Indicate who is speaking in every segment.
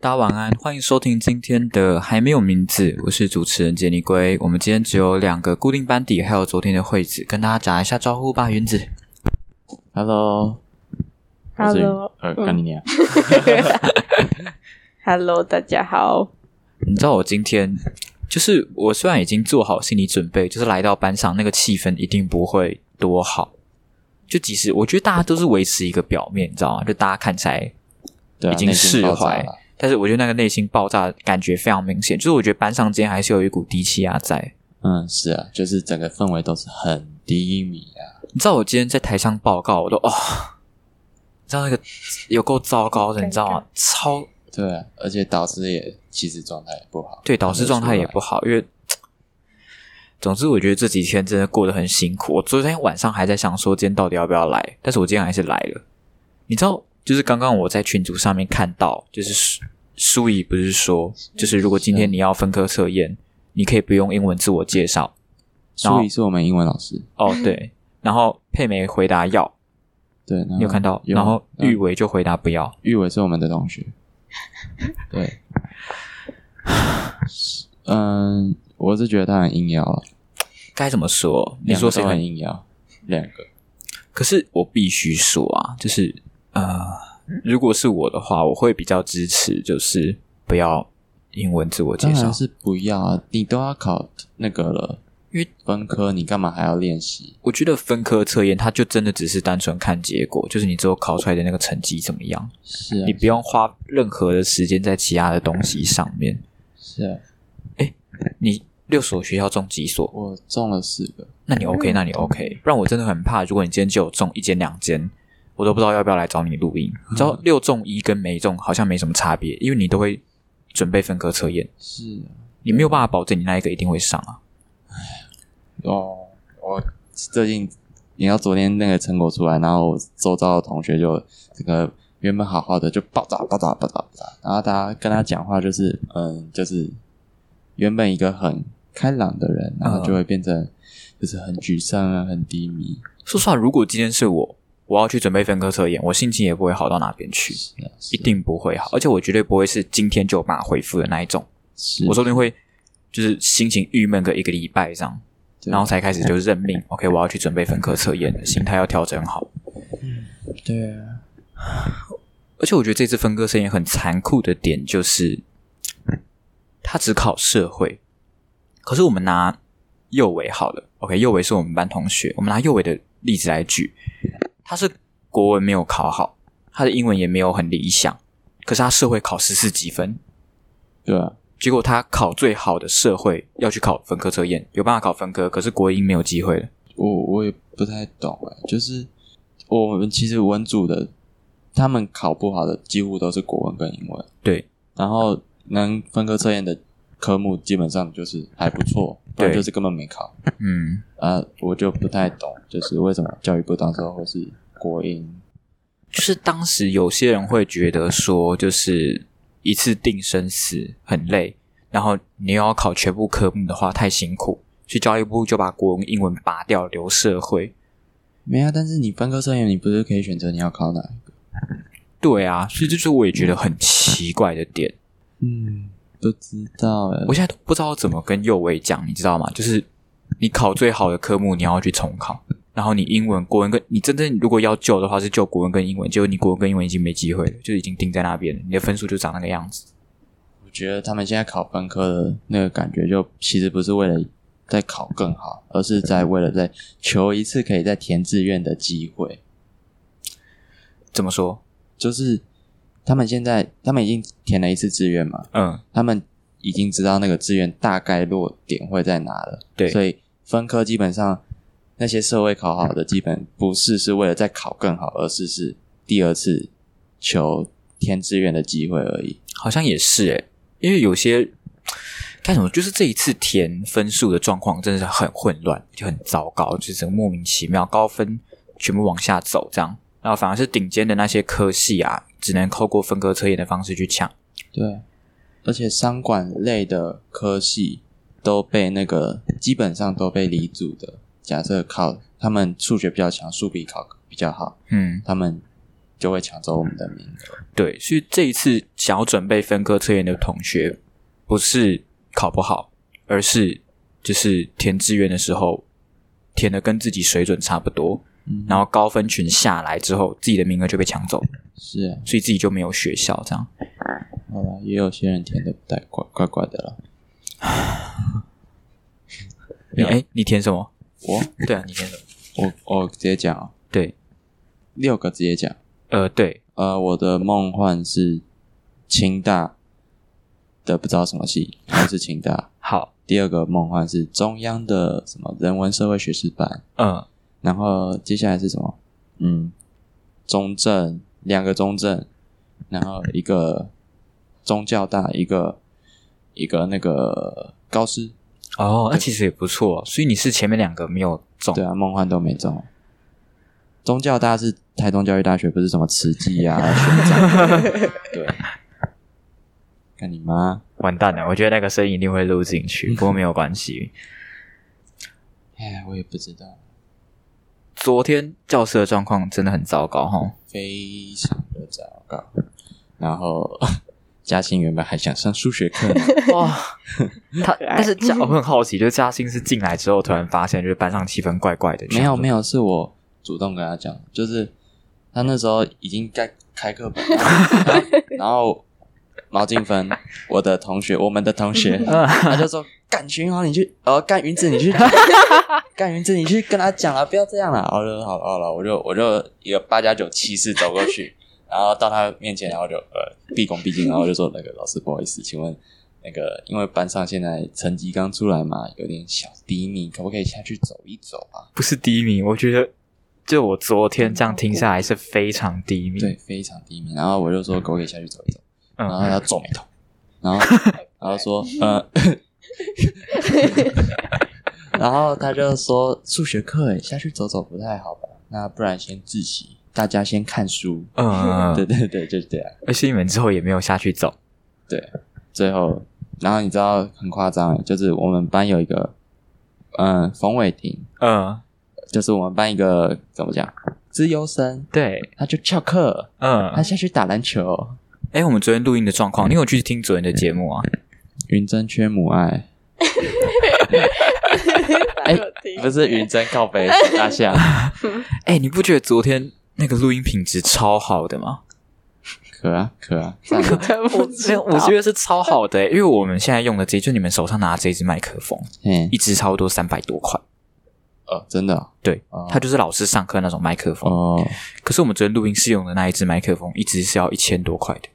Speaker 1: 大家晚安，欢迎收听今天的还没有名字，我是主持人杰尼龟。我们今天只有两个固定班底，还有昨天的惠子，跟大家打一下招呼吧，原子。
Speaker 2: Hello，我是
Speaker 3: Hello，
Speaker 2: 呃，
Speaker 3: 嗯
Speaker 2: 干你娘！
Speaker 3: Hello，大家好。
Speaker 1: 你知道我今天就是我虽然已经做好心理准备，就是来到班上那个气氛一定不会多好。就即使我觉得大家都是维持一个表面，你知道吗？就大家看起来
Speaker 2: 对啊，
Speaker 1: 已经
Speaker 2: 内心
Speaker 1: 释
Speaker 2: 爆炸
Speaker 1: 怀
Speaker 2: 了
Speaker 1: 但是我觉得那个内心爆炸的感觉非常明显，就是我觉得班上之间还是有一股低气压在。
Speaker 2: 嗯，是啊，就是整个氛围都是很低迷啊。
Speaker 1: 你知道我今天在台上报告，我都哦，你知道那 个有够糟糕的，
Speaker 3: 尴尬
Speaker 1: 你知道吗？超
Speaker 2: 对啊，而且导师也其实状态也不好，
Speaker 1: 对，导师状态也不
Speaker 2: 好。
Speaker 1: 好，因为。总之，我觉得这几天真的过得很辛苦。我昨天晚上还在想说今天到底要不要来，但是我今天还是来了。你知道，就是刚刚我在群组上面看到，就是苏苏怡不是说，就是如果今天你要分科测验，你可以不用英文自我介绍，然后
Speaker 2: 苏怡是我们英文老师，
Speaker 1: 哦，对。然后佩梅回答要，
Speaker 2: 对，然后
Speaker 1: 你有看到？
Speaker 2: 有
Speaker 1: 然后
Speaker 2: 嗯
Speaker 1: 玉伟就回答不要。
Speaker 2: 玉伟是我们的同学， 对，嗯，我是觉得他很硬要了，
Speaker 1: 该怎么说？你说谁
Speaker 2: 两个都很
Speaker 1: 很？
Speaker 2: 硬要？两个，
Speaker 1: 可是我必须说啊，就是呃，如果是我的话，我会比较支持，就是不要英文自我介
Speaker 2: 当
Speaker 1: 绍
Speaker 2: 然，是不要啊，你都要考那个了，
Speaker 1: 因为
Speaker 2: 分科你干嘛还要练习？
Speaker 1: 我觉得分科测验它就真的只是单纯看结果，就是你最后考出来的那个成绩怎么样，
Speaker 2: 是啊
Speaker 1: 你，不用花任何的时间在其他的东西上面。
Speaker 2: 是啊，
Speaker 1: 你六所学校中几所？
Speaker 2: 我中了四个。
Speaker 1: 那你
Speaker 2: 嗯
Speaker 1: OK，那你 OK。不然我真的很怕，如果你今天就有中一间两间，我都不知道要不要来找你录音。
Speaker 2: 嗯
Speaker 1: 你知道六中一跟没中好像没什么差别，因为你都会准备分科测验，
Speaker 2: 是啊
Speaker 1: 你没有办法保证你那一个一定会上啊。
Speaker 2: 哦，我最近你要昨天那个成果出来，然后我周遭的同学就这个原本好好的就爆炸爆炸爆炸爆炸，然后大家跟他讲话就是嗯，就是原本一个很开朗的人，然后就会变成就是很沮丧啊，很低迷。
Speaker 1: 说实话，如果今天是我，我要去准备分科测验，我心情也不会好到哪边去，
Speaker 2: 是啊，
Speaker 1: 一定不会好，而且我绝对不会是今天就有办法回复的那一种，
Speaker 2: 是
Speaker 1: 我说不定会就是心情郁闷个一个礼拜这样。
Speaker 2: 对
Speaker 1: 然后才开始就认 命，OK，我要去准备分科测验了，心态要调整好。
Speaker 2: 对啊，
Speaker 1: 而且我觉得这次分割测验很残酷的点就是，他只考社会，可是我们拿右伟好了，OK，右伟是我们班同学，我们拿右伟的例子来举，他是国文没有考好，他的英文也没有很理想，可是他社会考十四几分，
Speaker 2: 对啊，
Speaker 1: 结果他考最好的社会要去考分科测验，有办法考分科，可是国英没有机会了。
Speaker 2: 我我也不太懂哎、就是我们其实文组的他们考不好的几乎都是国文跟英文。
Speaker 1: 对，
Speaker 2: 然后能分科测验的科目基本上就是还不错，不然
Speaker 1: 对
Speaker 2: 就是根本没考。
Speaker 1: 嗯，
Speaker 2: 啊，我就不太懂，就是为什么教育部当时候会是国英？
Speaker 1: 就是当时有些人会觉得说，就是一次定生死很累，然后你又要考全部科目的话太辛苦，所以教育部就把国文、英文拔掉，留社会。
Speaker 2: 没啊，但是你分科测验，你不是可以选择你要考哪一个？
Speaker 1: 对啊，所以这就是我也觉得很奇怪的点。
Speaker 2: 嗯，不知道哎
Speaker 1: 我现在都不知道怎么跟右伟讲，你知道吗？就是你考最好的科目，你要去重考，然后你英文、国文跟你真正如果要救的话，是救国文跟英文，结果你国文跟英文已经没机会了，就已经定在那边了，你的分数就长那个样子。
Speaker 2: 我觉得他们现在考分科的那个感觉，就其实不是为了在考更好，而是在为了在求一次可以再填志愿的机会。
Speaker 1: 怎么说？
Speaker 2: 就是他们现在，他们已经填了一次志愿嘛，
Speaker 1: 嗯，
Speaker 2: 他们已经知道那个志愿大概落点会在哪了，
Speaker 1: 对
Speaker 2: 所以分科基本上那些社会考好的，基本不是是为了再考更好，而是是第二次求填志愿的机会而已。
Speaker 1: 好像也是诶、欸因为有些干什么，就是这一次填分数的状况真的是很混乱，就很糟糕，就是整个莫名其妙高分全部往下走这样，然后反而是顶尖的那些科系啊，只能透过分科测验的方式去抢。
Speaker 2: 对，而且商管类的科系都被那个基本上都被理组的，假设考他们数学比较强，数比考比较好，
Speaker 1: 嗯，
Speaker 2: 他们就会抢走我们的名额。
Speaker 1: 对，所以这一次想要准备分科测验的同学，不是考不好，而是就是填志愿的时候填的跟自己水准差不多，
Speaker 2: 嗯
Speaker 1: 然后高分群下来之后，自己的名额就被抢走，
Speaker 2: 是啊，
Speaker 1: 所以自己就没有学校这样。
Speaker 2: 好吧，也有些人填的不太怪怪怪的了。
Speaker 1: 你
Speaker 2: 没有
Speaker 1: 哎，你填什么？
Speaker 2: 我
Speaker 1: 对啊，你填什么？
Speaker 2: 我我直接讲哦，
Speaker 1: 对，
Speaker 2: 六个直接讲。
Speaker 1: 呃，对，
Speaker 2: 呃，我的梦幻是清大的不知道什么系，还是清大。
Speaker 1: 好，
Speaker 2: 第二个梦幻是中央的什么人文社会学士班，
Speaker 1: 嗯，
Speaker 2: 然后接下来是什么？嗯，中正两个中正，然后一个宗教大，一个一个那个高师。
Speaker 1: 哦，那其实也不错，所以你是前面两个没有中
Speaker 2: 对，啊，梦幻都没中。宗教大是台中教育大学，不是什么慈济啊、学长。对，看你妈！
Speaker 1: 完蛋了，我觉得那个声音一定会录进去，不过没有关系。
Speaker 2: 哎，我也不知道，
Speaker 1: 昨天教室的状况真的很糟糕哈，
Speaker 2: 非常的糟糕。然后 嘉欣原本还想上数学课呢，
Speaker 1: 哇，他但是嘉，哦我很好奇，就是嘉欣是进来之后突然发现，就是班上气氛怪怪的。
Speaker 2: 没有没
Speaker 1: 有，
Speaker 2: 有，是我主动跟他讲，就是他那时候已经该开课本了，然后然后毛静芬，我的同学，我们的同学，他就说：“干群豪，你去，呃，干云子，你去，干云子，你去跟他讲啊了，不要这样了。”好了好了好了，我就我就一个八加九气势走过去， 然后到他面前，然后就呃毕恭毕敬，然后我就说：“那个老师，不好意思，请问。”那个，因为班上现在成绩刚出来嘛，有点小低迷，可不可以下去走一走啊？
Speaker 1: 不是低迷，我觉得就我昨天这样听下来是非常低迷。
Speaker 2: 对，，非常低迷。然后我就说狗可以下去走一走，然后
Speaker 1: 嗯，
Speaker 2: 他皱眉 头，然后然后说呃，然后他就说数学课诶下去走走不太好吧？那不然先自习，大家先看书。
Speaker 1: 嗯，
Speaker 2: 对
Speaker 1: 嗯
Speaker 2: 对对，就是这样。
Speaker 1: 而且你们之后也没有下去走，
Speaker 2: 最后，然后你知道很夸张诶，就是我们班有一个嗯冯伟霆，
Speaker 1: 嗯，
Speaker 2: 就是我们班一个怎么讲资优生，
Speaker 1: 对，
Speaker 2: 他就翘课，他
Speaker 1: 嗯，
Speaker 2: 下去打篮球。
Speaker 1: 哎，我们昨天录音的状况，你有去听昨天的节目啊？
Speaker 2: 云珍缺母爱，
Speaker 3: 哎
Speaker 2: 不是云珍靠北是大象，
Speaker 1: 哎，你不觉得昨天那个录音品质超好的吗？
Speaker 2: 可啊可啊，赞 啊
Speaker 3: 我
Speaker 1: 没有，我觉得是超好的、欸，因为我们现在用的这就你们手上拿的这支麦克风，
Speaker 2: 嘿
Speaker 1: 一支差不多三百多块，
Speaker 2: 哦，真的哦
Speaker 1: 对，
Speaker 2: 哦
Speaker 1: 它就是老师上课那种麦克风。
Speaker 2: 哦，
Speaker 1: 可是我们昨天录音室用的那一支麦克风，一支是要一千多块的，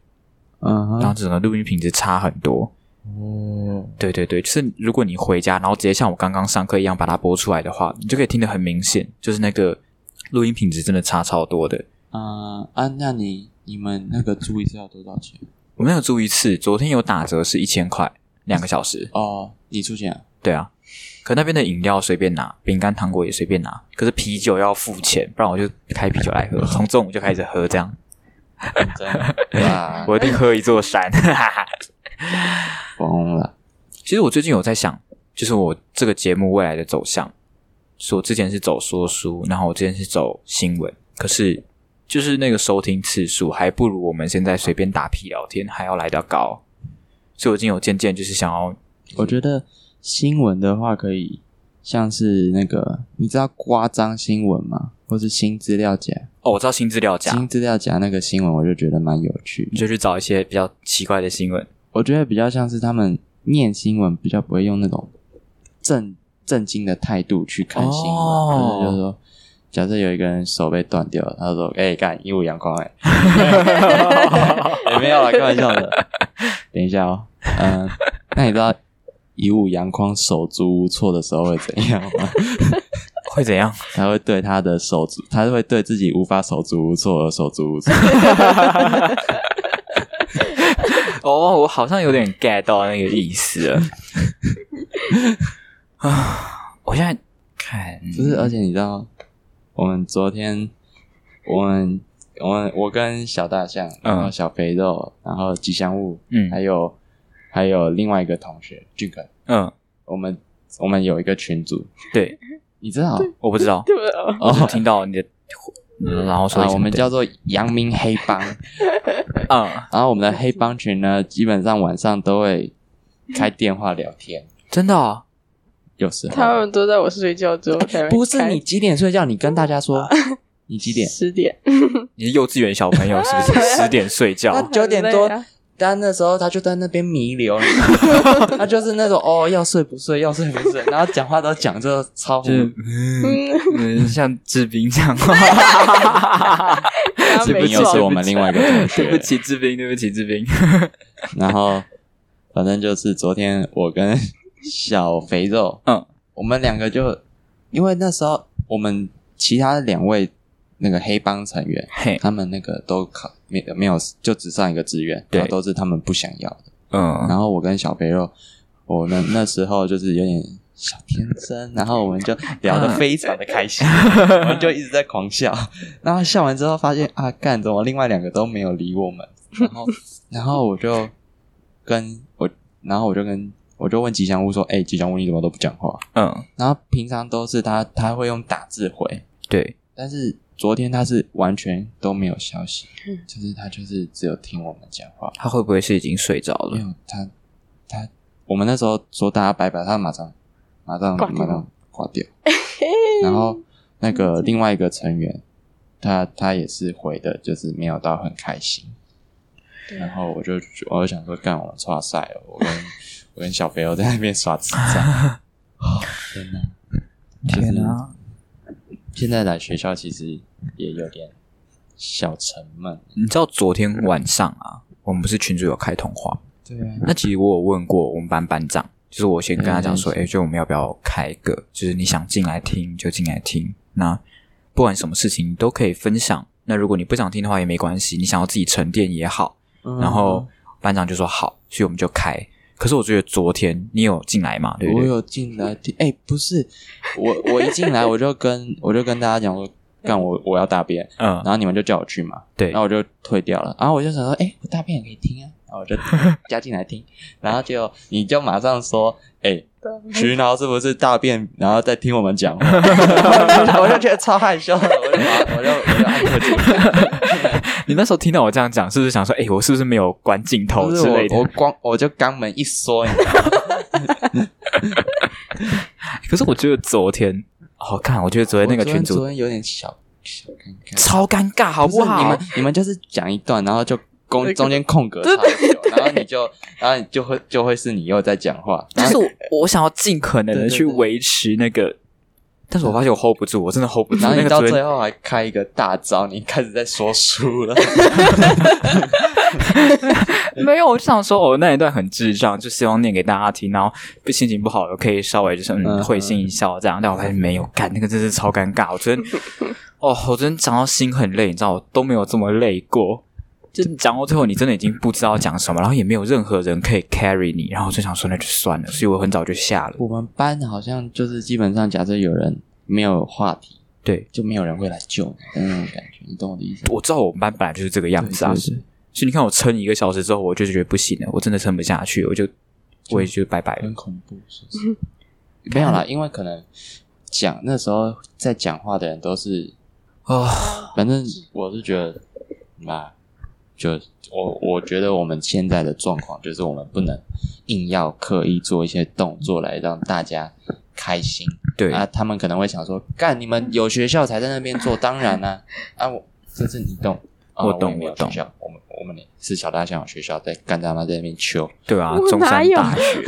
Speaker 2: 嗯
Speaker 1: 然后
Speaker 2: 哼，
Speaker 1: 整个录音品质差很多。
Speaker 2: 哦，
Speaker 1: 对对对，就是如果你回家，然后直接像我刚刚上课一样把它播出来的话，你就可以听得很明显，就是那个录音品质真的差超多的。
Speaker 2: 啊啊，那你你们那个注意是要多少钱？
Speaker 1: 我没有注意次，昨天有打折是一千块，两个小时。
Speaker 2: 哦，你出钱啊？
Speaker 1: 对啊，可那边的饮料随便拿，饼干、糖果也随便拿，可是啤酒要付钱，不然我就开啤酒来喝，从中午就开始喝，这样
Speaker 2: 云珍哇，
Speaker 1: 我一定喝一座山。 哈哈哈。
Speaker 2: 疯了，
Speaker 1: 其实我最近有在想，就是我这个节目未来的走向，就是我之前是走说书，然后我之前是走新闻，可是就是那个收听次数还不如我们现在随便打屁聊天还要来得高，所以我已经有渐渐就是想要
Speaker 2: 我觉得新闻的话可以像是那个，你知道夸张新闻吗？或是新资料夹，
Speaker 1: 哦，我知道新资料夹，
Speaker 2: 新资料夹那个新闻，我就觉得蛮有趣的
Speaker 1: 你。就去找一些比较奇怪的新闻。
Speaker 2: 我觉得比较像是他们念新闻比较不会用那种震震惊的态度去看新闻，
Speaker 1: 哦
Speaker 2: 可是就是说，假设有一个人手被断掉了，他说：“哎、干一五阳光哎、 也没有啦，开玩笑的。等一下哦，嗯、那你知道一五阳光手足无措的时候会怎样吗？
Speaker 1: 会怎样？
Speaker 2: 他会对他的手足，他会对自己无法手足无措而手足无措。
Speaker 1: 哦，我好像有点 get 到那个意思了。 啊，我现在看，
Speaker 2: 不是，而且你知道，我们昨天，我们我们我跟小大象，
Speaker 1: 嗯
Speaker 2: 然后小肥肉，然后吉祥物，
Speaker 1: 嗯
Speaker 2: 还有还有另外一个同学俊肯，
Speaker 1: 嗯，
Speaker 2: 我们我们有一个群组，
Speaker 1: 对，
Speaker 2: 你知道？
Speaker 1: 我不知道，
Speaker 3: 对啊，
Speaker 1: 我只听到你的然后所以
Speaker 2: 啊，我们
Speaker 1: 叫
Speaker 2: 叫做阳明黑帮。
Speaker 1: 啊，
Speaker 2: 然后我们的黑帮群呢，基本上晚上都会开电话聊天，
Speaker 1: 真的啊，
Speaker 2: 有时候
Speaker 3: 他们都在我睡觉之后才会
Speaker 2: 哎不是
Speaker 3: 开
Speaker 2: 你几点睡觉，你跟大家说你几点？
Speaker 3: 十点，
Speaker 1: 你是幼稚园小朋友是不是？ 十点睡
Speaker 2: 他
Speaker 1: 觉，
Speaker 2: 九点
Speaker 3: 很
Speaker 2: 多
Speaker 3: 累啊，
Speaker 2: 但那时候他就在那边弥留，你知道 吗他就是那种哦，要睡不睡，要睡不睡，然后讲话都讲这超
Speaker 1: 就是嗯
Speaker 3: 嗯，
Speaker 1: 嗯，像志斌这 样，
Speaker 3: 他
Speaker 2: 志
Speaker 3: 没
Speaker 2: 斌又
Speaker 3: 错
Speaker 2: 是我们另外一个同学，
Speaker 1: 对不起志斌，对不起志斌，
Speaker 2: 然后反正就是昨天我跟小肥肉，
Speaker 1: 嗯，
Speaker 2: 我们两个就因为那时候我们其他两位那个黑帮成员，
Speaker 1: 嘿，
Speaker 2: 他们那个都考没没有，就只上一个志愿，
Speaker 1: 对
Speaker 2: 然后都是他们不想要的。
Speaker 1: 嗯，
Speaker 2: 然后我跟小肥肉，我那那时候就是有点。小天真，然后我们就聊得非常的开心，我们就一直在狂笑。然后笑完之后发现啊，干，怎么另外两个都没有理我们？然后，然后我就跟我，然后我就跟我就问吉祥物说：“哎、吉祥物你怎么都不讲话
Speaker 1: 嗯，？”
Speaker 2: 然后平常都是他他会用打字回，
Speaker 1: 对，
Speaker 2: 但是昨天他是完全都没有消息，就是他就是只有听我们讲话，
Speaker 1: 他会不会是已经睡着
Speaker 2: 没
Speaker 1: 了？
Speaker 2: 有他他我们那时候说大家拜拜，他马上马上
Speaker 3: 挂
Speaker 2: 马
Speaker 3: 掉
Speaker 2: 上挂掉，
Speaker 3: 哎
Speaker 2: 然后那
Speaker 3: 嗯
Speaker 2: 个另外一个成员，他他也是回的，就是没有到很开心。
Speaker 3: 对
Speaker 2: 然后我就我就想说，干我们耍赛了，我跟我跟小肥友在那边耍智障。天哪！
Speaker 1: 天哪，
Speaker 2: 现在来学校其实也有点小沉闷。
Speaker 1: 你知道昨天晚上啊，我们不是群主有开通话，
Speaker 2: 对啊，
Speaker 1: 那其实我有问过我们班班长，就是我先跟他讲说，
Speaker 2: 嗯
Speaker 1: 哎、就我们要不要开一个，就是你想进来听就进来听，那不管什么事情你都可以分享。那如果你不想听的话也没关系，你想要自己沉淀也好。
Speaker 2: 嗯
Speaker 1: 然后班长就说好，所以我们就开。可是我觉得昨天你有进来嘛，对不
Speaker 2: 我
Speaker 1: 对？
Speaker 2: 有进来听，哎、不是我，我一进来我就跟我就跟大家讲说，干我我要大便，
Speaker 1: 嗯
Speaker 2: 然，后你们就叫我去嘛，
Speaker 1: 对
Speaker 2: 然后我就退掉了，然后我就想说，哎、我大便也可以听啊，然后我就加进来听，然后就你就马上说，哎、徐挠是不是大便，然后再听我们讲话， 我就觉得超害羞的，我就把我就我就按过去，
Speaker 1: 你那时候听到我这样讲，是不是想说，哎、我是不是没有关镜头
Speaker 2: 不
Speaker 1: 之
Speaker 2: 是
Speaker 1: 类的
Speaker 2: 我我？光我就肛门一缩，你知道吗
Speaker 1: 可是我觉得昨天，好、看，我觉得昨天那个群
Speaker 2: 我昨天昨
Speaker 1: 主
Speaker 2: 天有点小小尴尬，
Speaker 1: 超尴尬，好
Speaker 2: 不
Speaker 1: 不
Speaker 2: 是
Speaker 1: 好？
Speaker 2: 你们你们就是讲一段，然后就
Speaker 3: 那
Speaker 2: 空
Speaker 3: 个
Speaker 2: 中间空格超久，然后你就然后你就会就会是你又在讲 话，
Speaker 1: 就
Speaker 2: 然后
Speaker 1: 是我我想要尽可能
Speaker 2: 对
Speaker 1: 的
Speaker 2: 对
Speaker 1: 去
Speaker 2: 对
Speaker 1: 维持那个，但是我发现我 hold 不住，我真的 hold 不住。
Speaker 2: 然后
Speaker 1: 那
Speaker 2: 你
Speaker 1: 个
Speaker 2: 到
Speaker 1: 昨
Speaker 2: 最
Speaker 1: 天
Speaker 2: 后还开一个大招，你开始在说书了，
Speaker 1: 没有，我就想说哦，那一段很智障，就希望念给大家听，然后心情不好我可以稍微就是
Speaker 2: 嗯
Speaker 1: 嗯会心一笑这样。但我发现没有，干那个真是超尴尬。我昨天哦，我昨天讲到心很累，你知道我都没有这么累过。就讲到最后，你真的已经不知道讲什么，然后也没有任何人可以 carry 你，然后我就想说那就算了，所以我很早就下了。
Speaker 2: 我们班好像就是基本上，假设有人没有话题，
Speaker 1: 对，
Speaker 2: 就没有人会来救你的那种感觉，你懂我的意思吗？
Speaker 1: 我知道我们班本来就是这个样子啊，
Speaker 2: 对对对
Speaker 1: 所以你看，我撑一个小时之后，我就觉得不行了，我真的撑不下去，我就我也就拜拜了
Speaker 2: 很。恐怖，是不 是？没有啦，因为可能讲那时候在讲话的人都是
Speaker 1: 啊！
Speaker 2: 反正我是觉得，嘛，就我我觉得我们现在的状况就是我们不能硬要刻意做一些动作来让大家开心
Speaker 1: 对，
Speaker 2: 啊。他们可能会想说，干你们有学校才在那边做，当然啦、啊，我这是你懂。啊
Speaker 1: 我懂
Speaker 2: 也没有
Speaker 1: 我懂
Speaker 2: 学校，我们我们是小大象有学校在干他妈在那边求，
Speaker 1: 对啊，
Speaker 3: 我
Speaker 1: 中
Speaker 3: 哪
Speaker 1: 山
Speaker 3: 有
Speaker 1: 大学，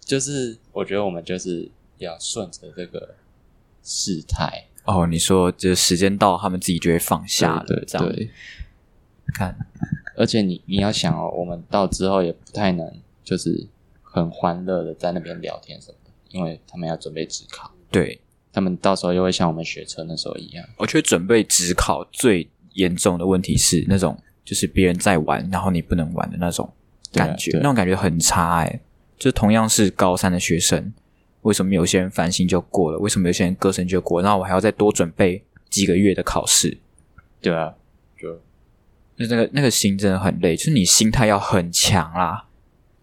Speaker 2: 就是我觉得我们就是要顺着这个事态
Speaker 1: 哦，你说这时间到，他们自己就会放下了，
Speaker 2: 对对
Speaker 1: 这样
Speaker 2: 对
Speaker 1: 看，
Speaker 2: 而且你你要想哦，我们到之后也不太能就是很欢乐的在那边聊天什么的，因为他们要准备职考，
Speaker 1: 对，
Speaker 2: 他们到时候又会像我们学车那时候一样，
Speaker 1: 我觉得准备职考最严重的问题是那种，就是别人在玩，然后你不能玩的那种
Speaker 2: 对啊
Speaker 1: 感觉，
Speaker 2: 对啊
Speaker 1: 那种感觉很差哎、就同样是高三的学生，为什么有些人繁星就过了，为什么有些人歌声就过，然后我还要再多准备几个月的考试？
Speaker 2: 对啊，就
Speaker 1: 就那个那个心真的很累，就是你心态要很强啦。嗯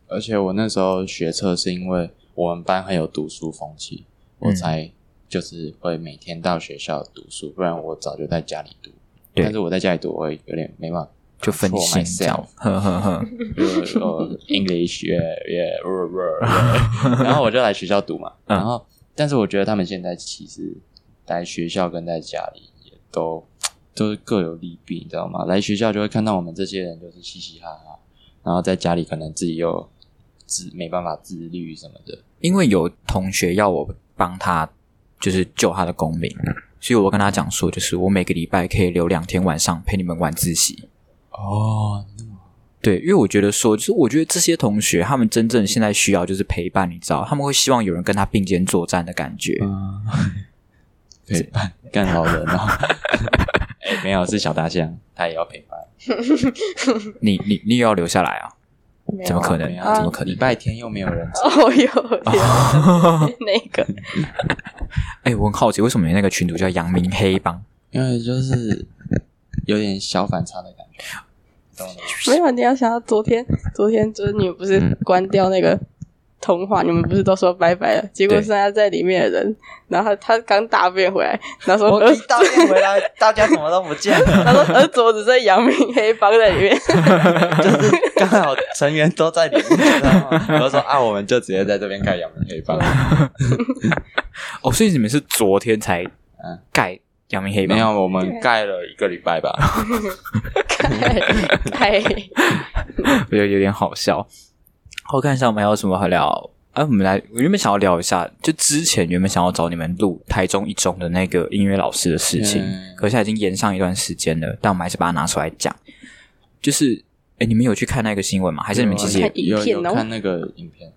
Speaker 2: 而且我那时候学车是因为我们班很有读书风气，我才就是会每天到学校读书，不然我早就在家里读。
Speaker 1: 对
Speaker 2: 但是我在家里读，我会有点没办法
Speaker 1: 就分心
Speaker 2: control
Speaker 1: 这
Speaker 2: myself
Speaker 1: 样，呵呵呵，
Speaker 2: 就是说 English 也也，yeah, 然后我就来学校读嘛。
Speaker 1: 嗯
Speaker 2: 然后，但是我觉得他们现在其实来学校跟在家里也都都是各有利弊，你知道吗？来学校就会看到我们这些人就是嘻嘻哈哈，然后在家里可能自己又自没办法自律什么的。
Speaker 1: 因为有同学要我帮他，就是救他的公民，
Speaker 2: 嗯
Speaker 1: 所以我跟他讲说，就是我每个礼拜可以留两天晚上陪你们晚自习。
Speaker 2: 哦，
Speaker 1: 对，因为我觉得说，就是我觉得这些同学他们真正现在需要就是陪伴，你知道，他们会希望有人跟他并肩作战的感觉。
Speaker 2: 嗯，陪伴干好人 哦。哎，没有，是小大象，他也要陪伴。
Speaker 1: 你你你也要留下来啊？
Speaker 3: 没有
Speaker 1: 怎么可能
Speaker 2: 对啊
Speaker 1: 怎么可能
Speaker 2: 礼拜天又没有人
Speaker 3: 哦哟， 天那个
Speaker 1: 哎、我很好奇，为什么你那个群主叫阳明黑帮？
Speaker 2: 因为就是有点小反差的感觉，懂吗？
Speaker 3: 没有，你要想到昨天，昨天就是你们不是
Speaker 2: 嗯
Speaker 3: 关掉那个通话，你们不是都说拜拜了，结果
Speaker 1: 对
Speaker 3: 剩下在里面的人，然后他他刚大便回来，然后说
Speaker 2: 我
Speaker 3: 呃
Speaker 2: 一到店回来，大家什么都不见 了，
Speaker 3: 他说儿子我只在阳明黑帮在里面，
Speaker 2: 就是刚好成员都在里面，知道吗？然后说啊，我们就直接在这边开阳明黑帮，
Speaker 1: 哦，所以你们是昨天才
Speaker 2: 嗯
Speaker 1: 盖阳明黑帮？
Speaker 2: 没有，我们盖了一个礼拜
Speaker 3: 啊
Speaker 2: 吧，
Speaker 3: 开开
Speaker 1: 我觉得有点好笑。我看一下我们还有什么好聊？哎、我们来，我原本想要聊一下，就之前原本想要找你们录台中一中的那个音乐老师的事情，
Speaker 2: 嗯
Speaker 1: 可是现在已经延上一段时间了，但我们还是把它拿出来讲。就是，哎、你们有去看那个新闻吗？还是你们其实也
Speaker 3: 看影
Speaker 2: 有啊
Speaker 3: 片
Speaker 2: 有
Speaker 3: 哦
Speaker 2: 看那个影片，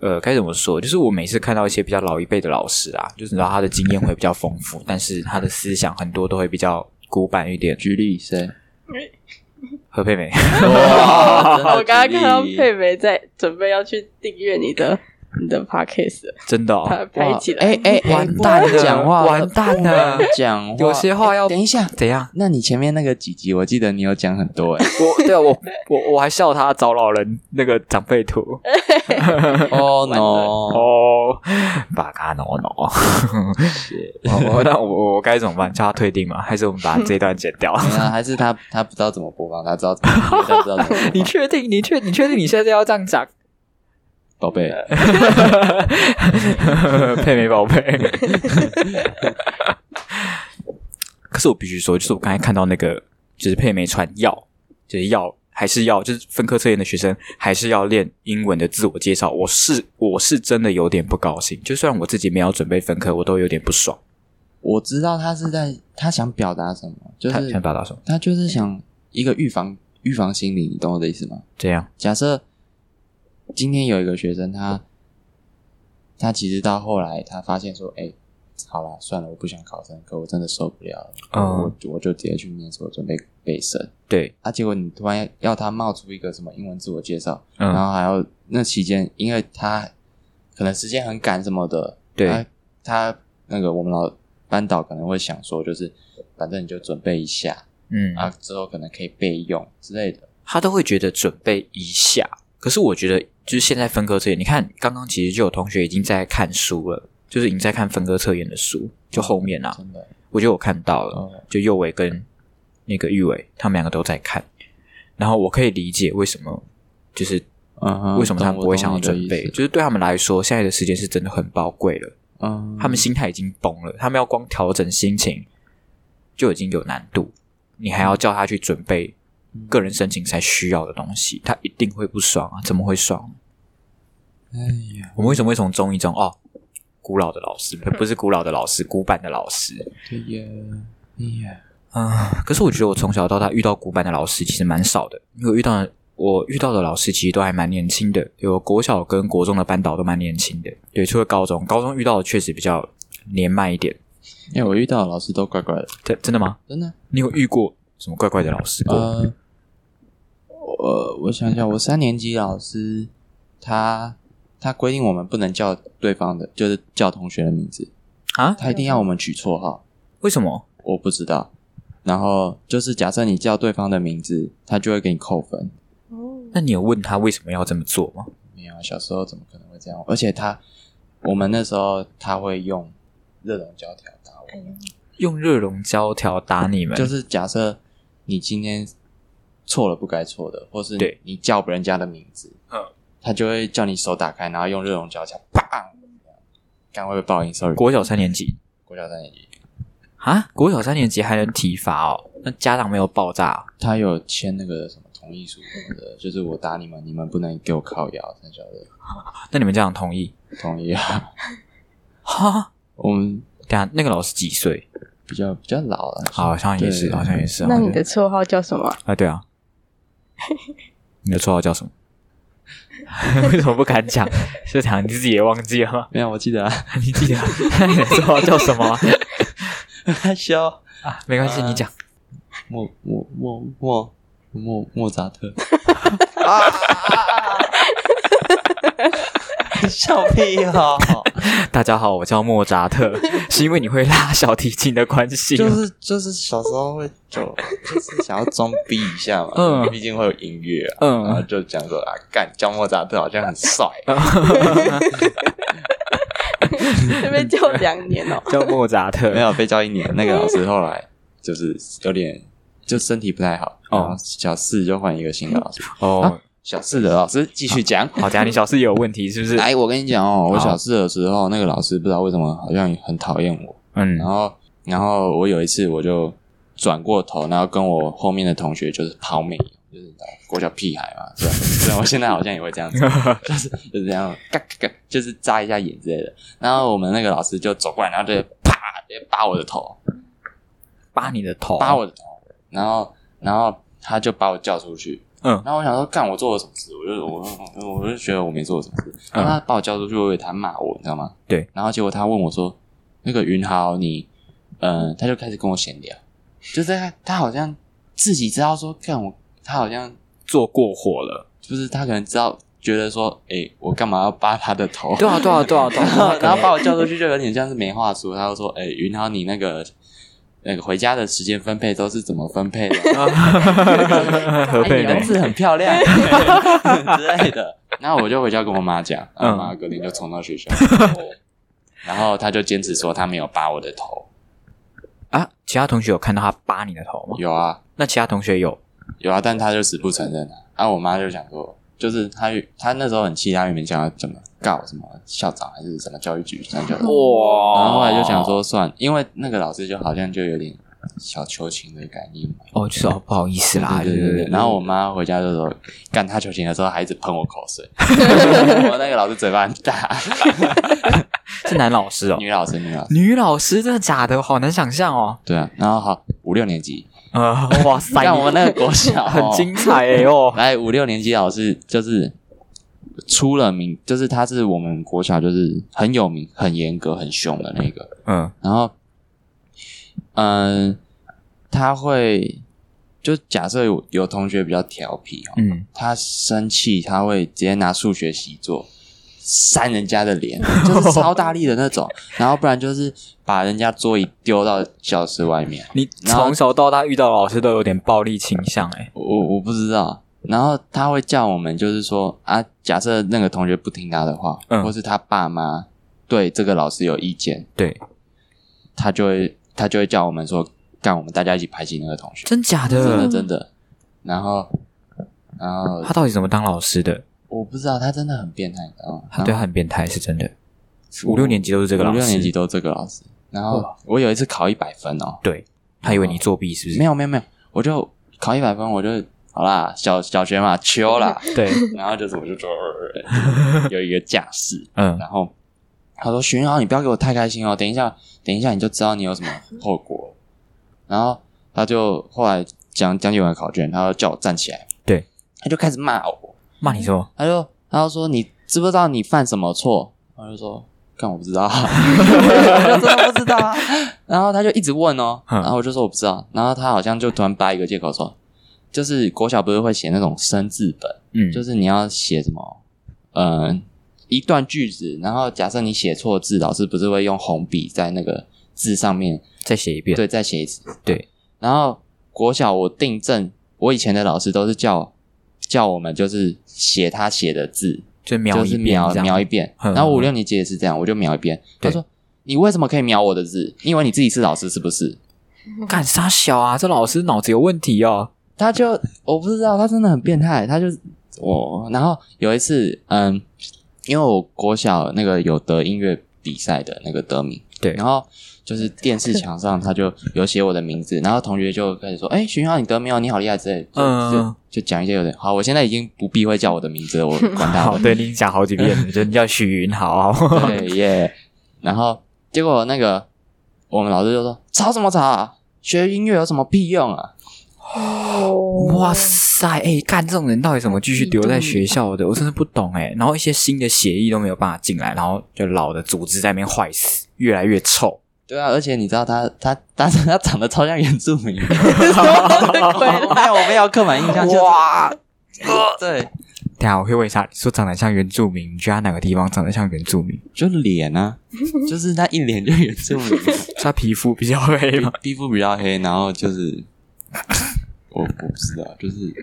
Speaker 1: 呃，该怎么说？就是我每次看到一些比较老一辈的老师啊，就是你知道他的经验会比较丰富，但是他的思想很多都会比较古板一点。
Speaker 2: 举例谁？
Speaker 1: 何佩美，
Speaker 2: 哇
Speaker 3: 我刚刚看到佩
Speaker 2: 佩
Speaker 3: 梅在准备要去订阅你的你的 podcast，了
Speaker 1: 真的、
Speaker 3: 把它
Speaker 1: 哦，
Speaker 3: 拍起来。
Speaker 2: 哎哎，哎
Speaker 1: 完
Speaker 2: 不能
Speaker 1: 蛋了
Speaker 2: 讲话
Speaker 1: 完蛋了
Speaker 2: 不能讲话，
Speaker 1: 有些话要
Speaker 2: 哎等一下。
Speaker 1: 怎样？
Speaker 2: 那你前面那个几集，我记得你有讲很多 哎、
Speaker 1: 我对啊，我我我还笑他找老人那个长辈图
Speaker 2: Oh
Speaker 3: 完
Speaker 2: no！
Speaker 3: 了
Speaker 1: 哦，巴卡诺诺， 我我哦那我我我该怎么办？叫他退订吗？还是我们把这一段剪掉？
Speaker 2: 没有，还是他他不知道怎么播放，他知道怎么播放，他不知道怎么播 放。
Speaker 1: 你确定？你确你确定你现在要这样讲？
Speaker 2: 宝贝，
Speaker 1: 佩美宝贝。可是我必须说，就是我刚才看到那个，就是佩美传要，就是要还是要，就是分科测验的学生还是要练英文的自我介绍。我是我是真的有点不高兴，就算我自己没有准备分科，我都有点不爽。
Speaker 2: 我知道他是在他想表达什么，就
Speaker 1: 他
Speaker 2: 是
Speaker 1: 想表达什么？
Speaker 2: 他就是想一个预防预防心理，你懂我的意思吗？
Speaker 1: 这样
Speaker 2: 假设今天有一个学生，他他其实到后来他发现说，哎、好啦，算了，我不想考生科，我真的受不了了，
Speaker 1: 嗯
Speaker 2: 我我就直接去念书，我准备备审。
Speaker 1: 对，
Speaker 2: 啊，结果你突然要他冒出一个什么英文自我介绍，然
Speaker 1: 嗯，
Speaker 2: 后还要那期间，因为他可能时间很赶什么的，
Speaker 1: 对
Speaker 2: 他他那个我们老班导可能会想说，就是反正你就准备一下
Speaker 1: 嗯
Speaker 2: 啊，之后可能可以备用之类的。
Speaker 1: 他都会觉得准备一下。可是我觉得，就是现在分科测验，你看刚刚其实就有同学已经在看书了，就是已经在看分科测验的书，就后面啊，
Speaker 2: 真的，
Speaker 1: 我觉得我看到了，
Speaker 2: 哦
Speaker 1: 就右伟跟那个玉伟，他们两个都在看，然后我可以理解为什么，就是
Speaker 2: 嗯哼
Speaker 1: 为什么他们不会想要准备，
Speaker 2: 懂我懂你的意思
Speaker 1: 就是对他们来说，现在的时间是真的很宝贵了，
Speaker 2: 嗯，
Speaker 1: 他们心态已经崩了，他们要光调整心情就已经有难度，你还要叫他去准备
Speaker 2: 嗯
Speaker 1: 个人申请才需要的东西，他一定会不爽啊！怎么会爽？
Speaker 2: 哎呀，
Speaker 1: 我们为什么会从中一中哦，古老的老师不不是古老的老师，古板的老师
Speaker 2: 对呀，哎呀，
Speaker 1: 啊、可是我觉得我从小到大遇到古板的老师其实蛮少的，因为我遇到的我遇到的老师其实都还蛮年轻的，有国小跟国中的班导都蛮年轻的，对，除了高中，高中遇到的确实比较年迈一点。
Speaker 2: 因为我遇到的老师都怪怪的，
Speaker 1: 真真的吗？
Speaker 2: 真的。
Speaker 1: 你有遇过什么怪怪的老师过？
Speaker 2: 呃，我我想想，我三年级老师他他规定我们不能叫对方的，就是叫同学的名字，
Speaker 1: 啊？
Speaker 2: 他一定要我们取绰号，
Speaker 1: 为什么？
Speaker 2: 我不知道。然后就是假设你叫对方的名字，他就会给你扣分。
Speaker 3: 哦
Speaker 1: 那你有问他为什么要这么做吗？
Speaker 2: 没有啊，小时候怎么可能会这样？而且他我们那时候他会用热熔胶条打我。
Speaker 1: 用热熔胶条打你们，
Speaker 2: 就是假设你今天错了不该错的，或是
Speaker 1: 对
Speaker 2: 你叫人家的名字，
Speaker 1: 嗯，
Speaker 2: 他就会叫你手打开，然后用热熔胶枪，砰！刚会不会报应？sorry，
Speaker 1: 国小三年级
Speaker 2: 国小三年级，
Speaker 1: 啊，国小三年级还能体罚哦？那家长没有爆炸、哦？
Speaker 2: 他有签那个什么同意书什么的，就是我打你们，你们不能给我靠腰，三小的
Speaker 1: 哦那你们家长同意？
Speaker 2: 同意啊。
Speaker 1: 哈，
Speaker 2: 我们
Speaker 1: 等一下那个老师几岁？
Speaker 2: 比较比较老啊了，
Speaker 1: 好像也是，
Speaker 2: 对
Speaker 1: 好像也是。啊
Speaker 3: 那
Speaker 1: 好像
Speaker 3: 你的绰号叫什么 啊？
Speaker 1: 啊，对啊，你的绰号叫什么？ 为什么不敢讲？是讲你自己也忘记了吗？
Speaker 2: 没有，我记得啊，
Speaker 1: 你记得你的绰号叫什么吗？
Speaker 2: 害羞。
Speaker 1: 啊，没关系，你讲。
Speaker 2: 莫莫莫莫莫莫扎特， 笑屁哦！
Speaker 1: 大家好，我叫莫扎特，是因为你会拉小提琴的关系。
Speaker 2: 就是就是小时候会就就是想要装逼一下嘛，
Speaker 1: 嗯
Speaker 2: 毕竟会有音乐啊，
Speaker 1: 嗯
Speaker 2: 然后就讲说啊，干叫莫扎特好像很帅，
Speaker 3: 这边叫两年哦，
Speaker 1: 叫莫扎特，
Speaker 2: 没有被教一年，那个老师后来就是有点就身体不太好，
Speaker 1: 哦
Speaker 2: 然后小四就换一个新的老师，
Speaker 1: 哦
Speaker 2: 啊。 小四的老师继续讲，
Speaker 1: 好，等一下你小四也有问题是不是？
Speaker 2: 来，我跟你讲哦，我
Speaker 1: 好
Speaker 2: 小四的时候，那个老师不知道为什么好像很讨厌我。
Speaker 1: 嗯
Speaker 2: 然后，然后我有一次我就转过头，然后跟我后面的同学就是抛媚眼，就是你知道国小屁孩嘛， 对吧？虽然我现在好像也会这样 子，就是就是这样，嘎嘎嘎，就是眨一下眼之类的。然后我们那个老师就走过来，然后就啪直接扒我的头，
Speaker 1: 扒你的头，
Speaker 2: 扒我的头，然后然后他就把我叫出去。
Speaker 1: 嗯
Speaker 2: 然后我想说，干我做了什么事？我就我我我就觉得我没做什么事。然后他把我叫出去，我以为他骂我，你知道吗？
Speaker 1: 嗯对。
Speaker 2: 然后结果他问我说：“那个云豪，你……嗯、他就开始跟我闲聊，就是他他好像自己知道说，干我，他好像
Speaker 1: 做过火了。
Speaker 2: 就是他可能知道，觉得说，诶，我干嘛要扒他的头？
Speaker 1: 对啊，对啊，对啊，对
Speaker 2: 然后
Speaker 1: 啊。
Speaker 2: 然后把我叫出去，就有点像是没话说。他就说：“哎、云豪，你那个那个回家的时间分配都是怎么分配的？
Speaker 1: 何
Speaker 2: 哎
Speaker 1: 佩
Speaker 2: 你儿
Speaker 1: 呢？
Speaker 2: 子很漂亮 之类的。”然后我就回家跟我妈讲，然后
Speaker 1: 嗯
Speaker 2: 我妈隔天就冲到学校，然后她就坚持说她没有拔我的头。
Speaker 1: 啊，其他同学有看到他扒你的头吗？
Speaker 2: 有啊，
Speaker 1: 那其他同学有
Speaker 2: 有啊，但她就死不承认啊。然后我妈就想说，就是她她那时候很气，她原本想要怎么告什么校长还是什么教育局，然后就
Speaker 1: 哦哇
Speaker 2: 然后后来就想说算，因为那个老师就好像就有点小求情的感应嘛。
Speaker 1: 哦，就是哦，不好意思啦，
Speaker 2: 对
Speaker 1: 对
Speaker 2: 对
Speaker 1: 对。
Speaker 2: 然后我妈回家就说，干他求情的时候还一直喷我口水，我那个老师嘴巴很大，
Speaker 1: 是男老师哦，
Speaker 2: 女老师女老师，
Speaker 1: 女老师真的假的？好难想象 哦。
Speaker 2: 对啊。然后好五六年级，
Speaker 1: 啊，哇塞，
Speaker 2: 像我们那个国 小、
Speaker 1: 很精彩哎 哦。
Speaker 2: 来五六年级老师就是出了名，就是他是我们国小就是很有名、很严格、很凶的那个。
Speaker 1: 嗯，
Speaker 2: 然后，嗯、他会就假设有有同学比较调皮哦，
Speaker 1: 嗯，
Speaker 2: 他生气他会直接拿数学习作扇人家的 脸，就是超大力的那种，然后不然就是把人家桌椅丢到教室外面。
Speaker 1: 你
Speaker 2: 然后
Speaker 1: 从小到大遇到的老师都有点暴力倾向哎。
Speaker 2: 我我不知道。然后他会叫我们，就是说啊，假设那个同学不听他的话，
Speaker 1: 嗯
Speaker 2: 或是他爸妈对这个老师有意见，
Speaker 1: 对，
Speaker 2: 他就会他就会叫我们说，干，我们大家一起排挤那个同学，
Speaker 1: 真假
Speaker 2: 真的
Speaker 1: 的？
Speaker 2: 真的。然后然后
Speaker 1: 他到底怎么当老师的？
Speaker 2: 我不知道，他真的很变态，你知道吗？
Speaker 1: 他对他很变态，是真的。
Speaker 2: 我
Speaker 1: 五六年级都是这个
Speaker 2: 啊五
Speaker 1: 老师，
Speaker 2: 六年级都这个老师。然后我有一次考一百分哦，
Speaker 1: 对，他以为你作弊是不是？
Speaker 2: 没有没有没有，我就考一百分，我就好啦，小小学嘛，秋啦，
Speaker 1: 对，
Speaker 2: 然后就是我就说呃有一个架势，
Speaker 1: 嗯
Speaker 2: 然后他说：“巡豪，你不要给我太开心哦，等一下，等一下你就知道你有什么后果。”然后他就后来讲讲解完考卷，他就叫我站起来，
Speaker 1: 对，
Speaker 2: 他就开始骂我，
Speaker 1: 骂你什么？
Speaker 2: 他就他就说：“你知不知道你犯什么错？”我就说：“干，我不知道， 我就真的不知道啊。” 然后他就一直问哦，
Speaker 1: 嗯
Speaker 2: 然后我就说我不知道，然后他好像就突然掰一个借口说，就是国小不是会写那种生字本。
Speaker 1: 嗯，
Speaker 2: 就是你要写什么，呃，一段句子，然后假设你写错字，老师不是会用红笔在那个字上面
Speaker 1: 再写一遍。
Speaker 2: 对再写一次，
Speaker 1: 对。
Speaker 2: 然后国小我订正，我以前的老师都是叫叫我们就是写他写的字，
Speaker 1: 就瞄
Speaker 2: 就
Speaker 1: 一
Speaker 2: 是
Speaker 1: 遍
Speaker 2: 描
Speaker 1: 这样，
Speaker 2: 描一遍。
Speaker 1: 嗯
Speaker 2: 然后五六年级也是这样，我就描一遍。他
Speaker 1: 对
Speaker 2: 说：“你为什么可以秒我的字？因为你自己是老师是不是？
Speaker 1: 干啥小啊？这老师脑子有问题哦。
Speaker 2: 他就我不知道，他真的很变态。他就我，然后有一次，嗯，因为我国小那个有得音乐比赛的那个得名，
Speaker 1: 对
Speaker 2: 然后就是电视墙上他就有写我的名字，然后同学就开始说：“哎、徐浩，你得名哦，你好厉害之类的。就”
Speaker 1: 嗯
Speaker 2: 就就讲一些有点好。我现在已经不避讳叫我的名字了，我 管他
Speaker 1: 好，
Speaker 2: 了。
Speaker 1: 对你已经讲好几 遍了，就你叫许云豪。
Speaker 2: 对耶。然后结果那个我们老师就说：“吵什么吵啊？学音乐有什么屁用啊？”
Speaker 3: 哦
Speaker 1: 哇塞，哎、干这种人到底怎么继续留在学校的？我真的不懂哎、然后一些新的协议都没有办法进来，然后就老的组织在那边坏死，越来越臭。
Speaker 2: 对啊，而且你知道他他他他长得超像原住 民，
Speaker 3: 鬼啦
Speaker 2: 没有我没有刻板印象，就是
Speaker 3: 哇，
Speaker 2: 对，
Speaker 1: 等一下我会问一下，你说长得像原住民，你觉得他哪个地方长得像原住民？
Speaker 2: 就脸啊，就是他一脸就原住 民，
Speaker 1: 是他皮肤比较黑吗？
Speaker 2: 皮肤比较黑，然后就是我我不知道，就是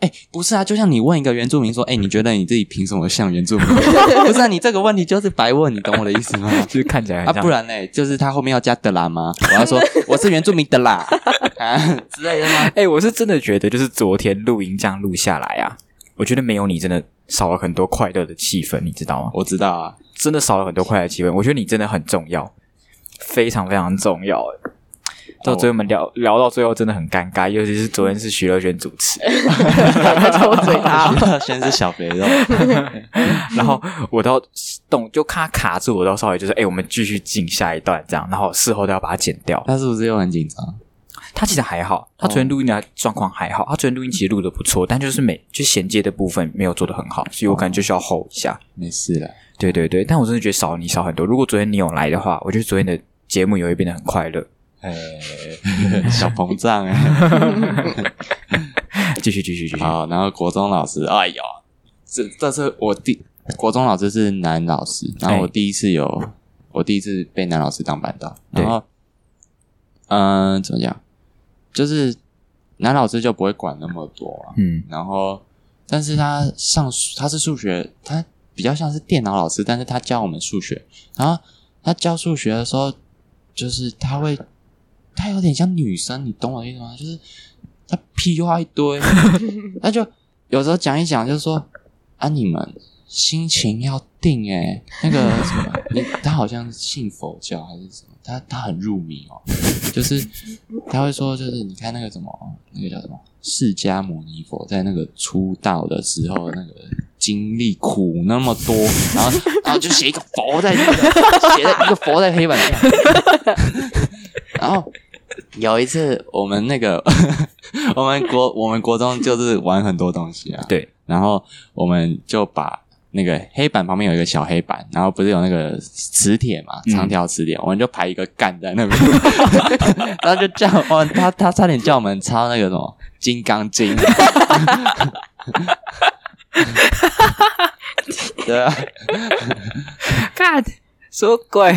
Speaker 2: 哎、不是啊，就像你问一个原住民说，哎、你觉得你自己凭什么像原住民？ 不是啊，你这个问题就是白问，你懂我的意 思吗？
Speaker 1: 就是看起来很
Speaker 2: 啊，
Speaker 1: 像。
Speaker 2: 不然嘞，就是他后面要加的啦吗？我要说我是原住民的啦 啊之类的吗？
Speaker 1: 哎、我是真的觉得，就是昨天录音这样录下来啊，我觉得没有你真的少了很多快乐的气氛，你知道吗？
Speaker 2: 我知道啊，
Speaker 1: 真的少了很多快乐气氛。我觉得你真的很重要，非常非常重要。哎到最后我们聊、聊到最后真的很尴尬，尤其是昨天是徐乐轩主持，
Speaker 3: 抽嘴他，
Speaker 2: 先是小肥肉。
Speaker 1: 然后我到动就卡卡住，我到稍微就是哎、我们继续进下一段这样，然后事后都要把它剪掉。
Speaker 2: 他是不是又很紧张？
Speaker 1: 他其实还好，他昨天录音的状况还好，他昨天录音其实录的不错，但就是每就衔接的部分没有做的很好，所以我可能就需要 hold 一下。
Speaker 2: 没事了，
Speaker 1: 对对对，但我真的觉得少了你少很多。如果昨天你有来的话，我觉得昨天的节目也会变得很快乐。
Speaker 2: 哎， 小膨胀哎。
Speaker 1: 继续继续继续，
Speaker 2: 好，然后国中老师，哎呦，这这是我第国中老师是男老师，然后我
Speaker 1: 哎
Speaker 2: 第一次有，我第一次被男老师当班导，
Speaker 1: 对
Speaker 2: 然后，嗯、怎么讲，就是男老师就不会管那么多啊，
Speaker 1: 嗯，
Speaker 2: 然后，但是他上数他是数学，他比较像是电脑老师，但是他教我们数学。然后他教数学的时候，就是他会，他有点像女生，你懂我的意思吗？就是他屁话一堆，他就有时候讲一讲，就说啊，你们心情要定诶、那个什么，你他好像信佛教还是什么，他他很入迷哦，就是他会说，就是你看那个什么，那个叫什么释迦牟尼佛在那个出道的时候，那个经历苦那么多，然后然后就写一个佛在那个 写了一个佛在黑板上， 然后有一次我们那个 我们国我们国中就是玩很多东西啊，
Speaker 1: 对，
Speaker 2: 然后我们就把那个黑板旁边有一个小黑板，然后不是有那个磁铁嘛，
Speaker 1: 嗯
Speaker 2: 长条磁铁，我们就排一个干在那边，然后就叫我们他他差点叫我们抄那个什么《金刚经》。 对啊，
Speaker 1: 干什么鬼？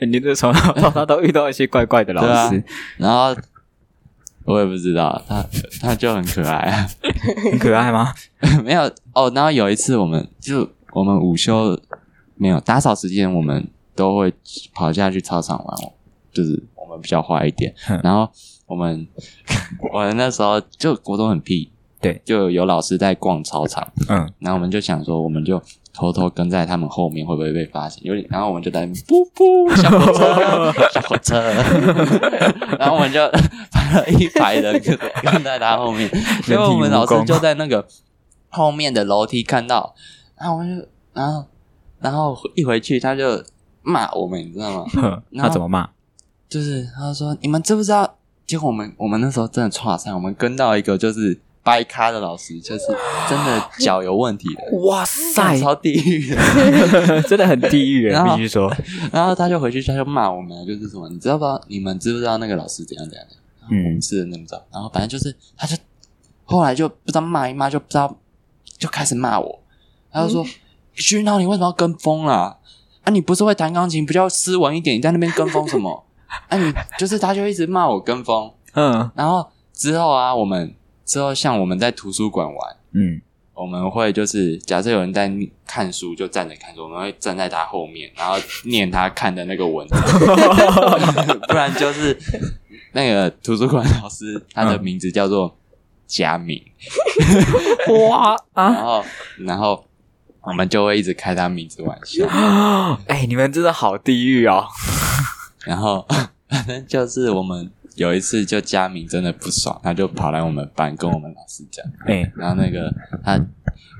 Speaker 1: 你这从小到大都遇到一些怪怪的老师，
Speaker 2: 然后我也不知道，他他就很可爱、啊。
Speaker 1: 很可爱吗？
Speaker 2: 没有哦。然后有一次我们就我们午休没有打扫时间，我们都会跑下去操场玩，就是我们比较坏一点
Speaker 1: 哼。
Speaker 2: 然后我们 我们那时候就国中很屁，
Speaker 1: 对，
Speaker 2: 就有老师在逛操场，
Speaker 1: 嗯，
Speaker 2: 然后我们就想说，我们就。偷偷跟在他们后面会不会被发现？有点，然后我们就在那边噗噗小火车，小火车， 然后我们就 排了一排人跟跟在他后面，结果我们老师就在那个后面的楼梯看到，然后我们就，然后，然后一回去他就骂我们，你知道吗？
Speaker 1: 哼
Speaker 2: 然后
Speaker 1: 那怎么骂？
Speaker 2: 就是他说你们知不知道？结果我们我们那时候真的差赛，我们跟到一个就是掰咖的老师，就是真的脚有问题的，
Speaker 1: 哇塞，
Speaker 2: 超地狱的。
Speaker 1: 真的很地 狱耶，
Speaker 2: 然后
Speaker 1: 必须说，
Speaker 2: 然后他就回去，他就骂我们，就是什么，你知道不知道？你们知不知道那个老师怎样怎样怎样？
Speaker 1: 嗯，
Speaker 2: 是的，那么着。然后反正就是，他就后来就不知道骂一骂，就不知道就开始骂我，他就说：“徐云涛，你为什么要跟风啦？啊，你不是会弹钢琴，比较斯文一点，你在那边跟风什么？ 啊，你就是他就一直骂我跟风。
Speaker 1: 嗯
Speaker 2: 然后之后啊，我们之后像我们在图书馆玩，
Speaker 1: 嗯，
Speaker 2: 我们会就是假设有人在看书，就站着看书，我们会站在他后面，然后念他看的那个文章，不然就是那个图书馆老师他的名字叫做佳明，
Speaker 1: 哇啊！
Speaker 2: 然后然后我们就会一直开他名字玩笑，
Speaker 1: 哎、你们真的好地狱哦！
Speaker 2: 然后反正就是我们有一次就佳明真的不爽，他就跑来我们班跟我们老师讲。
Speaker 1: 哎、
Speaker 2: 然后那个他，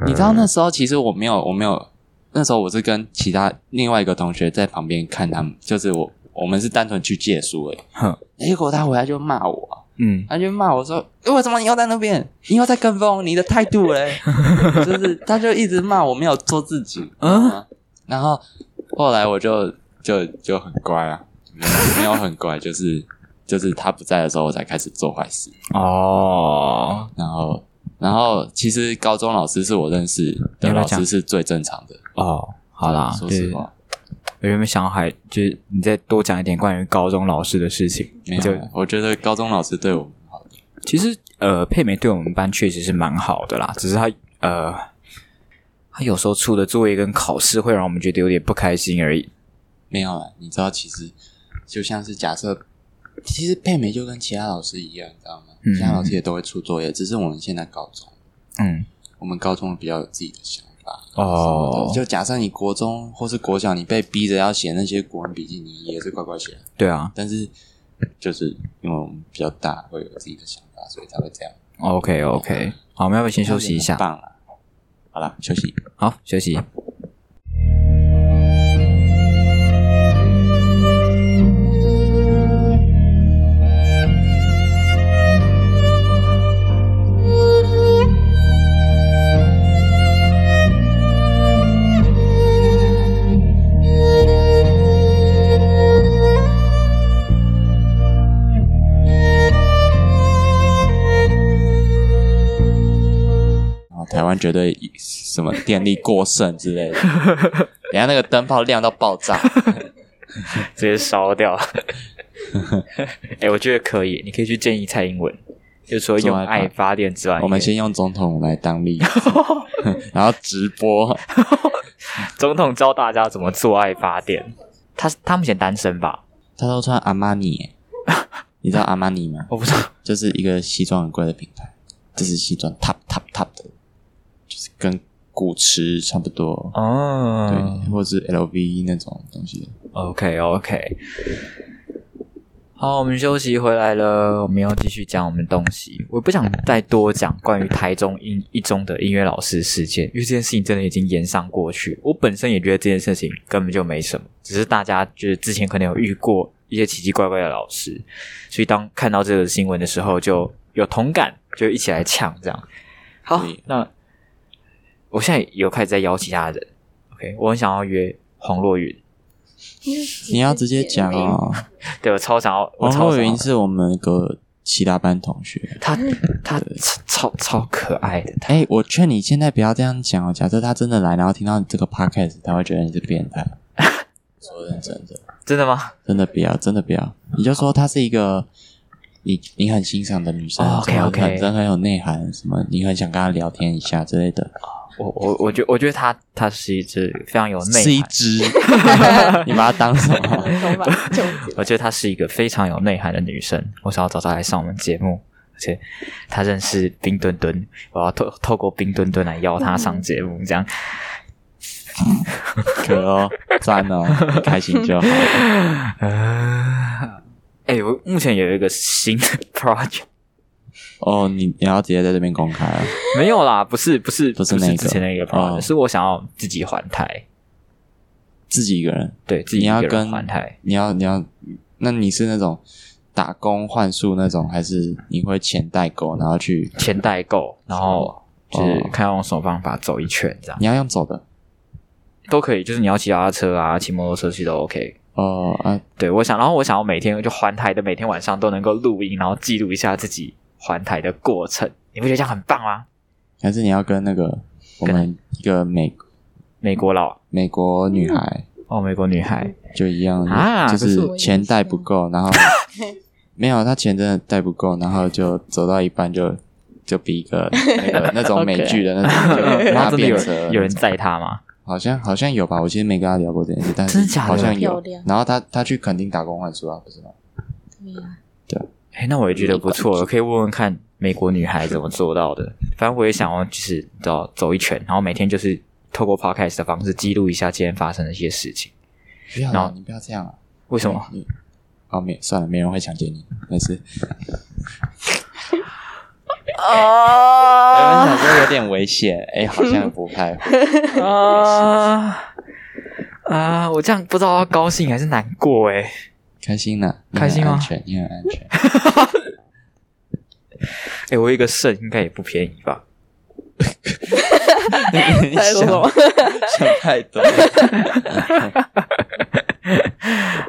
Speaker 2: 你知道那时候其实我没有，我没有，那时候我是跟其他另外一个同学在旁边看他们，就是我我们是单纯去借书而
Speaker 1: 哼，
Speaker 2: 已。 结果他回来就骂我啊，
Speaker 1: 嗯，
Speaker 2: 他就骂我说：“为什么你又在那边？你又在跟风？你的态度嘞？” 就是他就一直骂我没有做自己。
Speaker 1: 啊
Speaker 2: 嗯，然后后来我就就就很乖啊，没有没有很乖，就是就是他不在的时候我才开始做坏事。
Speaker 1: 哦，
Speaker 2: 然后，然后其实高中老师是我认识
Speaker 1: 你
Speaker 2: 的
Speaker 1: 要不要
Speaker 2: 老
Speaker 1: 讲
Speaker 2: 师是最正常的。
Speaker 1: 哦，好啦，
Speaker 2: 说
Speaker 1: 对
Speaker 2: 实，话，
Speaker 1: 我原本想还就是你再多讲一点关于高中老师的事情，
Speaker 2: 没
Speaker 1: 就
Speaker 2: 有，我觉得高中老师对我们好。
Speaker 1: 其实呃，佩梅对我们班确实是蛮好的啦，只是她呃，她有时候出的作业跟考试会让我们觉得有点不开心而已。
Speaker 2: 没有啦，你知道，其实就像是假设，其实佩梅就跟其他老师一样，你知道吗？
Speaker 1: 嗯
Speaker 2: 其他老师也都会出作业，只是我们现在高中，
Speaker 1: 嗯，
Speaker 2: 我们高中比较有自己的想法。
Speaker 1: 哦，
Speaker 2: 就假设你国中或是国小，你被逼着要写那些国文笔记，你也是乖乖写，
Speaker 1: 对啊
Speaker 2: 但是就是因为我们比较大，会有自己的想法，所以才会这样。
Speaker 1: ，OK OK，好，我们要不要先休息一下
Speaker 2: 很？棒了，好了，休息。
Speaker 1: 好，休息。
Speaker 2: 然后台湾绝对什么电力过剩 之类的，等下那个灯泡亮到爆炸。
Speaker 1: 直接烧 掉。哎、我觉得可以，你可以去建议蔡英文，就说用爱发电之外，
Speaker 2: 我们先用总统来 当例子，然后直播。
Speaker 1: 总统教大家怎么做爱发电。他他目前单身吧？
Speaker 2: 他都穿阿玛尼，你知道阿玛尼吗？
Speaker 1: 我不知道。
Speaker 2: 就是一个西装很贵的品牌，这是西装 top top top 的，就是跟古驰差不多，
Speaker 1: 哦
Speaker 2: 对，或者是 LV 那种东西。
Speaker 1: ，OK OK。好，我们休息回来了，我们要继续讲我们的东西。我不想再多讲关于台中音一中的音乐老师事件，因为这件事情真的已经延上过去。我本身也觉得这件事情根本就没什么，只是大家就是之前可能有遇过一些奇奇怪怪的老师，所以当看到这个新闻的时候就有同感，就一起来呛这样。好
Speaker 2: 对，
Speaker 1: 那我现在有开始在邀其他人，OK，我很想要约黄若云。
Speaker 2: 你要直接讲哦，
Speaker 1: 对我超想要，我
Speaker 2: 王
Speaker 1: 超
Speaker 2: 若
Speaker 1: 想要
Speaker 2: 云哦是我们一个其他班同学。
Speaker 1: 他他超超超可爱的，他
Speaker 2: 哎、我劝你现在不要这样讲哦。假设他真的来，然后听到你这个 podcast，他会觉得你是变 态。说认真的，
Speaker 1: 真的吗
Speaker 2: 真的不要，真的不要。你就说她是一个你你很欣赏的女生、
Speaker 1: 哦
Speaker 2: 什么
Speaker 1: OK，OK
Speaker 2: 很很很有内涵，什么你很想跟她聊天一下之类的，
Speaker 1: 我我我觉我觉得他他是一只非常有
Speaker 2: 是
Speaker 1: 内
Speaker 2: 一
Speaker 1: 涵，
Speaker 2: 只，你把它当什么？
Speaker 3: 头发纠结，
Speaker 1: 我觉得她是一个非常有内涵的女生，我想要找她来上我们节目，而且她认识冰墩墩，我要透透过冰墩墩来邀她上节目，这 样
Speaker 2: 可哦，赞哦，你开心就好。
Speaker 1: 啊，哎、我目前有一个新的 project，
Speaker 2: 哦，你你要直接在这边公开啊？
Speaker 1: 没有啦，不是不是
Speaker 2: 不是
Speaker 1: 是
Speaker 2: 那个
Speaker 1: 之前那个 project，、
Speaker 2: 哦
Speaker 1: 是我想要自己还台，
Speaker 2: 自己一个人，
Speaker 1: 对自己
Speaker 2: 你
Speaker 1: 一
Speaker 2: 要
Speaker 1: 个人
Speaker 2: 跟
Speaker 1: 还台，
Speaker 2: 你要你要，那你是那种打工换宿那种，还是你会钱代购，然后去
Speaker 1: 钱代购，然后就是
Speaker 2: 哦
Speaker 1: 看用什么方法走一圈，这样
Speaker 2: 你要用走的？
Speaker 1: 都可以。就是你要骑脚踏车啊，骑摩托车去都 OK。
Speaker 2: 哦啊，
Speaker 1: 对我想，然后我想要每天就环台的每天晚上都能够录音，然后记录一下自己环台的过程。你不觉得这样很棒吗？
Speaker 2: 还是你要跟那个我们一个美
Speaker 1: 美国佬
Speaker 2: 美国女孩
Speaker 1: 哦，美国女孩
Speaker 2: 就一样
Speaker 1: 啊
Speaker 2: 就
Speaker 1: 可是
Speaker 2: 是
Speaker 3: 我
Speaker 2: 钱
Speaker 3: 也是
Speaker 2: 带不够，然后没有她钱真的带不够，然后就走到一半就就比一个那个那种美剧的那 种，就
Speaker 1: 然
Speaker 2: 拉
Speaker 1: 后真的
Speaker 2: 便
Speaker 1: 有
Speaker 2: 车
Speaker 1: 人有人载他吗？
Speaker 2: 好像好像有吧，我其实没跟他聊过这件事，但是
Speaker 1: 真的假的
Speaker 2: 好像
Speaker 3: 漂
Speaker 2: 有
Speaker 3: 亮。
Speaker 2: 然后他他去垦丁打工换宿啊，不是吗？
Speaker 1: 哎，那我也觉得不错，我可以问问看美国女孩怎么做到的。反正我也想要就是你知道走一圈，然后每天就是透过 podcast 的方式记录一下今天发生的一些事情。
Speaker 2: 不要
Speaker 1: 然
Speaker 2: 啊
Speaker 1: 后，
Speaker 2: 你不要这样啊！
Speaker 1: 为什么？
Speaker 2: 你？哦，没算了，没人会抢劫你，没事。我
Speaker 1: 啊
Speaker 2: 想说有点危险， 哎，好像不太会。
Speaker 1: 啊啊！我这样不知道要高兴还是难过哎、
Speaker 2: 开心呢？你很
Speaker 1: 开心吗
Speaker 2: 安全，你很安 全。
Speaker 1: 哎、我有一个肾应该也不便宜吧？
Speaker 2: 你
Speaker 3: 在说什么？
Speaker 2: 想太多 了。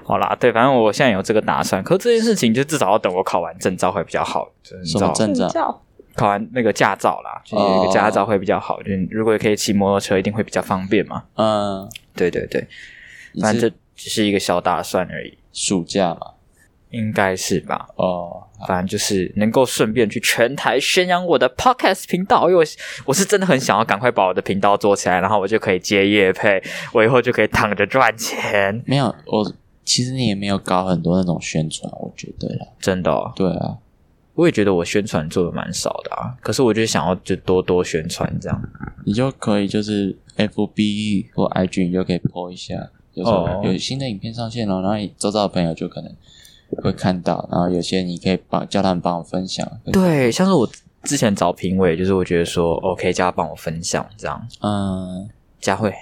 Speaker 1: 好啦，对，反正我现在有这个打算，可是这件事情就至少要等我考完证照会比较好，就是你知
Speaker 2: 什
Speaker 1: 道
Speaker 2: 么证照？
Speaker 3: 照？
Speaker 1: 考完那个驾照啦，就是有一个驾照会比较好，就是你如果可以骑摩托车，一定会比较方便嘛。
Speaker 2: 嗯，
Speaker 1: 对对对，
Speaker 2: 你
Speaker 1: 反正
Speaker 2: 是
Speaker 1: 这只是一个小打算而已，
Speaker 2: 暑假嘛？
Speaker 1: 应该是吧？
Speaker 2: 哦，
Speaker 1: 反正就是能够顺便去全台宣扬我的 podcast 频道，因为我我是真的很想要赶快把我的频道做起来，然后我就可以接业配，我以后就可以躺着赚钱，
Speaker 2: 没有，我其实你也没有搞很多那种宣传，我觉得啦。
Speaker 1: 真的、哦。
Speaker 2: 对啊，
Speaker 1: 我也觉得我宣传做的蛮少的啊，可是我就想要就多多宣传这样。
Speaker 2: 你就可以就是 FB 或 IG，你就可以 po 一下，有时候
Speaker 1: 哦
Speaker 2: 有新的影片上线了，然后你周遭的朋友就可能会看到，然后有些你可以帮叫他们帮我分享。
Speaker 1: 对，像是我之前找评委，就是我觉得说，OK，叫他帮我分享这样。
Speaker 2: 嗯，
Speaker 1: 佳慧，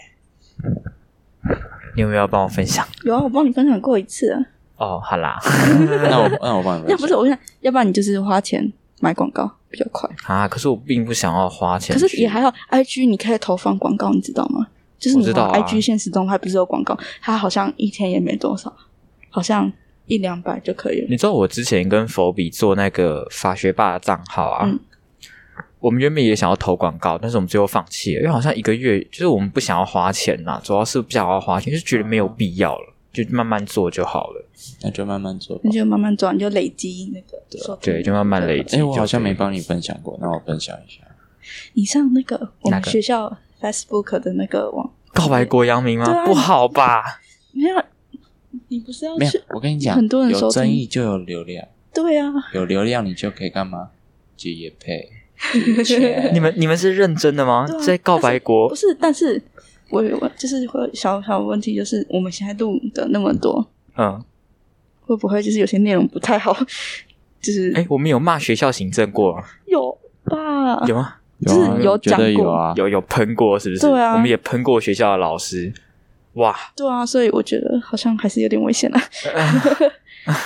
Speaker 1: 你有没有要帮我分享？
Speaker 4: 有啊，我帮你分享过一次啊。
Speaker 1: 哦，好啦，
Speaker 2: 那我那我帮你分
Speaker 4: 要
Speaker 2: 享。
Speaker 4: 不是我想，要不然你就是花钱买广告比较快。
Speaker 1: 啊，可是我并不想要花钱去，
Speaker 4: 可是也还好，IG 你可以投放广告，你知道吗？就是你
Speaker 1: 我知道啊
Speaker 4: IG 现实中它不是有广告，它好像一天也没多少，好像一两百就可以了。
Speaker 1: 你知道我之前跟佛比做那个法学霸的账号啊，
Speaker 4: 嗯
Speaker 1: 我们原本也想要投广告，但是我们最后放弃了，因为好像一个月就是我们不想要花钱呐、主要是不想要花钱，就是觉得没有必要了，就慢慢做就好了。
Speaker 2: 那就慢慢做吧
Speaker 4: 那。就慢慢赚，你就累积那个收听。
Speaker 1: 对，就慢慢累积。
Speaker 2: 哎、我好像没
Speaker 1: 帮。
Speaker 2: 帮你分享过，那我分享一下。
Speaker 4: 你上那个我
Speaker 1: 哪
Speaker 4: 们
Speaker 1: 个
Speaker 4: 学校 Facebook 的那个网，
Speaker 1: 告白国阳明吗？
Speaker 4: 对啊
Speaker 1: 不好吧？
Speaker 4: 没有，你不是要
Speaker 2: 没有
Speaker 4: 去？，
Speaker 2: 我跟你讲，
Speaker 4: 很多人收
Speaker 2: 有
Speaker 4: 听
Speaker 2: 争议就有流量，
Speaker 4: 对啊，
Speaker 2: 有流量你就可以干嘛？接业 配。钱
Speaker 1: 你们你们是认真的吗
Speaker 4: 啊对？啊
Speaker 1: 在告白国
Speaker 4: 不是，但是我有问，就是会有小小问题，就是我们现在录的那么多，
Speaker 1: 嗯，
Speaker 4: 会不会就是有些内容不太好？ 就是
Speaker 1: 哎，我们有骂学校行政过吗，
Speaker 4: 有吧？
Speaker 1: 有吗？
Speaker 4: 就是
Speaker 2: 啊
Speaker 4: 有
Speaker 2: 我觉
Speaker 4: 讲
Speaker 2: 得有
Speaker 4: 过
Speaker 2: 啊，
Speaker 1: 有有喷过是不是？
Speaker 4: 对啊
Speaker 1: 我们也喷过学校的老师。哇，
Speaker 4: 对啊，所以我觉得好像还是有点危险 啊。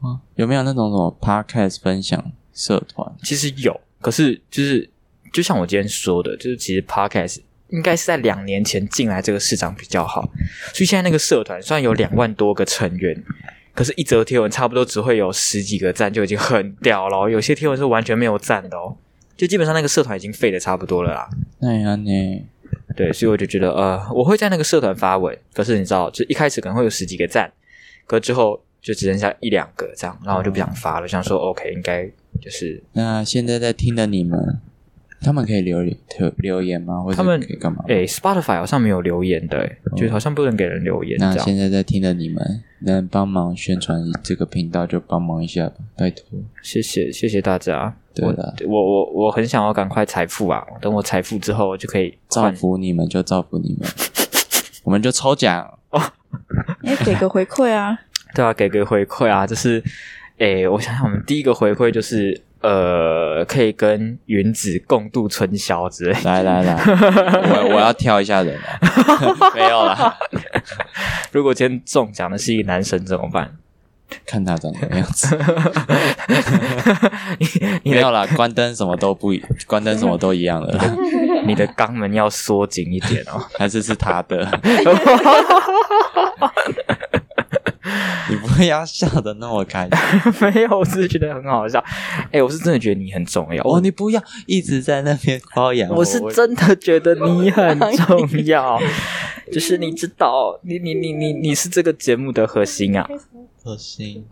Speaker 2: 啊有没有那种什么 podcast 分享社团？
Speaker 1: 其实有，可是就是就像我今天说的，就是其实 podcast 应该是在两年前进来这个市场比较好，所以现在那个社团虽然有两万多个成员，可是一则贴文差不多只会有十几个赞就已经很屌了哦，有些贴文是完全没有赞的哦，就基本上那个社团已经废的差不多了啦。
Speaker 2: 那样呢？
Speaker 1: 对，所以我就觉得，呃，我会在那个社团发文，可是你知道，就一开始可能会有十几个赞，可之后就只剩下一两个这样，然后我就不想发了，想说 OK，应该就是
Speaker 2: 那现在在听的你们，他们可以留留留言吗？或者
Speaker 1: 他们哎
Speaker 2: 可以干嘛？
Speaker 1: 诶 s p o t i f y 好像没有留言的、诶就是好像不能给人留言
Speaker 2: 哦那
Speaker 1: 这样。
Speaker 2: 现在在听的你们，能帮忙宣传这个频道就帮忙一下吧，拜托。
Speaker 1: 谢谢谢谢大家，
Speaker 2: 对
Speaker 1: 我
Speaker 2: 啦
Speaker 1: 我我我很想要赶快财富啊！等我财富之后，我就可以
Speaker 2: 造
Speaker 1: 换。
Speaker 2: 福你们就造福你们， 我们就抽奖。
Speaker 4: 你也哎给个回馈啊，
Speaker 1: 对啊，给个回馈啊，就是诶、我想想，我们第一个回馈就是呃，可以跟云子共度春宵之类。
Speaker 2: 来 来来，我我要挑一下人啊， 没有啦，
Speaker 1: 如果今天中奖的是一个男生怎么办？
Speaker 2: 看他长什么样子。
Speaker 1: 你你
Speaker 2: 没
Speaker 1: 的
Speaker 2: 有啦，关灯什么都不一，关灯什么都一样的 啦，
Speaker 1: 你的肛门要缩紧一点哦。
Speaker 2: 还是是他的。你不要笑的那么开心
Speaker 1: 没有，我只是觉得很好笑。哎、我是真的觉得你很重要。
Speaker 2: 哦！你不要一直在那边夸扬
Speaker 1: 我是真的觉得你很重 要，就是你知道，你你你你你是这个节目的核心啊！
Speaker 2: 恶心。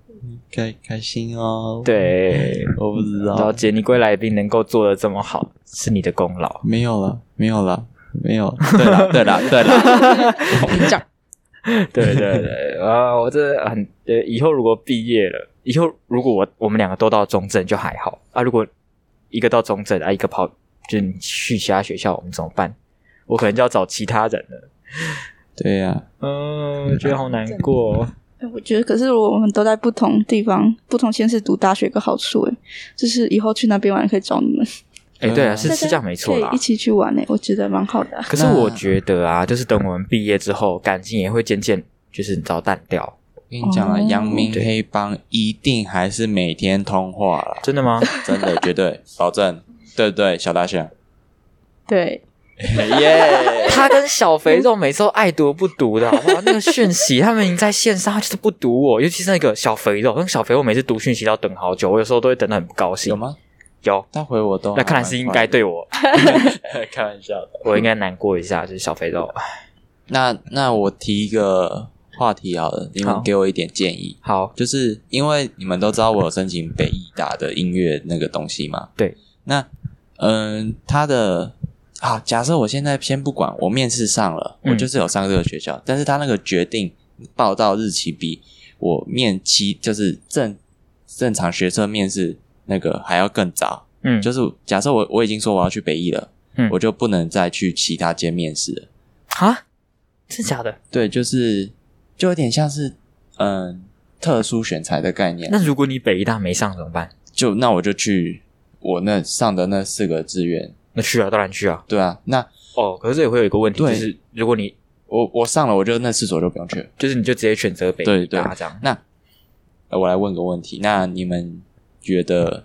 Speaker 2: 开开心哦。，
Speaker 1: 对，
Speaker 2: 我不知
Speaker 1: 然后
Speaker 2: 道，
Speaker 1: 杰尼归来并能够做的这么好，是你的功劳。
Speaker 2: 没有了，没有了，没有。对了，对了，对了。
Speaker 3: 讲
Speaker 1: 对对对，啊，我这很呃，以后如果毕业了，以后如果我我们两个都到中正就还好啊，如果一个到中正啊，一个跑就是你去其他学校，我们怎么办？我可能就要找其他人了。
Speaker 2: 对呀、
Speaker 1: 嗯，我觉得好难过。哦
Speaker 4: 哎我觉得，可是如果我们都在不同地方、不同县市读大学，有个好处哎，就是以后去那边玩可以找你们，
Speaker 1: 哎、对啊，是
Speaker 4: 大家
Speaker 1: 是这样没错啦
Speaker 4: 可以一。起去玩哎，我觉得蛮好的啊、
Speaker 1: 可是我觉得
Speaker 2: 嗯
Speaker 1: 啊，就是等我们毕业之后，感情也会渐渐就是你知道淡掉。
Speaker 2: 我跟你讲了，
Speaker 4: 哦
Speaker 2: 阳明黑帮一定还是每天通话 啦，
Speaker 1: 真的 吗？
Speaker 2: 真的绝对保证，对不对？小 大象，
Speaker 3: 对，
Speaker 2: 耶！
Speaker 1: 他跟小肥肉每次都爱读不读的，好不好？那个讯息，他们已经在线上，他就是不读我，尤其是那个小肥肉，那个小肥肉每次读讯息都要等好久，我有时候都会等的很不高兴。
Speaker 2: 有？吗？哦
Speaker 1: 有。
Speaker 2: 他回我都
Speaker 1: 那看来是应该对我，
Speaker 2: 开玩笑的。
Speaker 1: 我应该难过一下，就是小肥肉。
Speaker 2: 那那我提一个话题好了，你
Speaker 1: 好
Speaker 2: 们给我一点建议，
Speaker 1: 好，
Speaker 2: 就是因为你们都知道我有申请北艺大的音乐那个东西嘛。
Speaker 1: 对，
Speaker 2: 那嗯，他的好，假设我现在先不管，我面试上了，
Speaker 1: 嗯
Speaker 2: 我就是有上这个学校，但是他那个决定报到日期比我面期就是正正常学生面试那个还要更早。
Speaker 1: 嗯，
Speaker 2: 就是假设我我已经说我要去北艺了，
Speaker 1: 嗯
Speaker 2: 我就不能再去其他间面试了。
Speaker 1: 啊，真假的？
Speaker 2: 对，就是就有点像是嗯特殊选材的概念。
Speaker 1: 那如果你北医大没上怎么办？
Speaker 2: 就那我就去我那上的那四个志愿，
Speaker 1: 那去啊，当然去啊。
Speaker 2: 对啊，那
Speaker 1: 哦，可是这也会有一个问题，就
Speaker 2: 对
Speaker 1: 是如果你
Speaker 2: 我我上了，我就那四所就不用去了。
Speaker 1: 就是你就直接选择北
Speaker 2: 对
Speaker 1: 医
Speaker 2: 对
Speaker 1: 大这样，
Speaker 2: 那呃我来问个问题，那你们觉得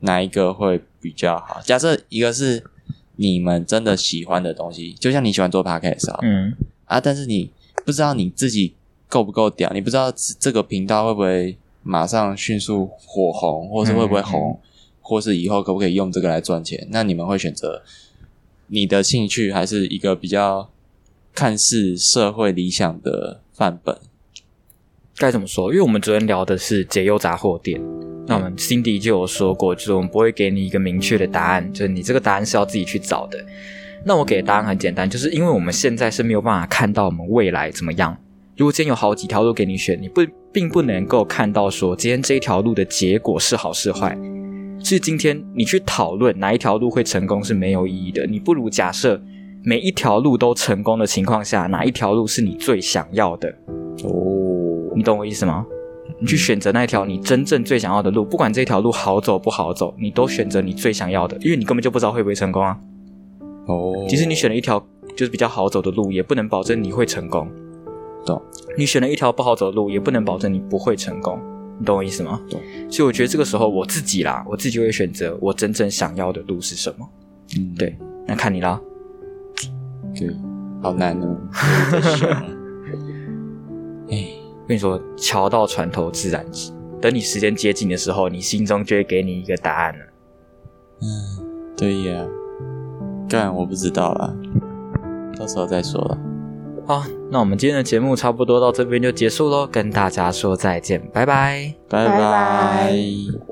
Speaker 2: 哪一个会比较好？假设一个是你们真的喜欢的东西，就像你喜欢做 podcast 啊，
Speaker 1: 嗯，
Speaker 2: 啊，但是你不知道你自己够不够屌，你不知道这这个频道会不会马上迅速火红，或是会不会红，或是以后可不可以用这个来赚钱？那你们会选择你的兴趣，还是一个比较看似社会理想的范本？
Speaker 1: 该怎么说？因为我们昨天聊的是解忧杂货店，那我们 Cindy 就有说过，就是我们不会给你一个明确的答案，就是你这个答案是要自己去找的。那我给的答案很简单，就是因为我们现在是没有办法看到我们未来怎么样。如果今天有好几条路给你选，你不并不能够看到说今天这一条路的结果是好是坏。是今天你去讨论哪一条路会成功是没有意义的，你不如假设每一条路都成功的情况下，哪一条路是你最想要的？
Speaker 2: 哦，
Speaker 1: 你懂我意思吗？
Speaker 2: 嗯
Speaker 1: 你去选择那一条你真正最想要的路，不管这条路好走不好走，你都选择你最想要的，因为你根本就不知道会不会成功啊。
Speaker 2: 哦，
Speaker 1: 即使你选了一条就是比较好走的路，也不能保证你会成功。啊
Speaker 2: 懂？
Speaker 1: 你选了一条不好走的路，也不能保证你不会成功。你懂我意思吗？
Speaker 2: 懂。
Speaker 1: 所以我觉得这个时候我自己啦，我自己会选择我真正想要的路是什么。
Speaker 2: 嗯
Speaker 1: 对，那看你啦。
Speaker 2: 对，好难 哦。哎，
Speaker 1: 跟你说，桥到船头自然直。等你时间接近的时候，你心中就会给你一个答案了。
Speaker 2: 嗯，对呀，干我不知道啦，到时候再说了。
Speaker 1: 好，那我们今天的节目差不多到这边就结束喽，跟大家说再见，拜拜。
Speaker 2: 拜
Speaker 4: 拜拜
Speaker 2: 拜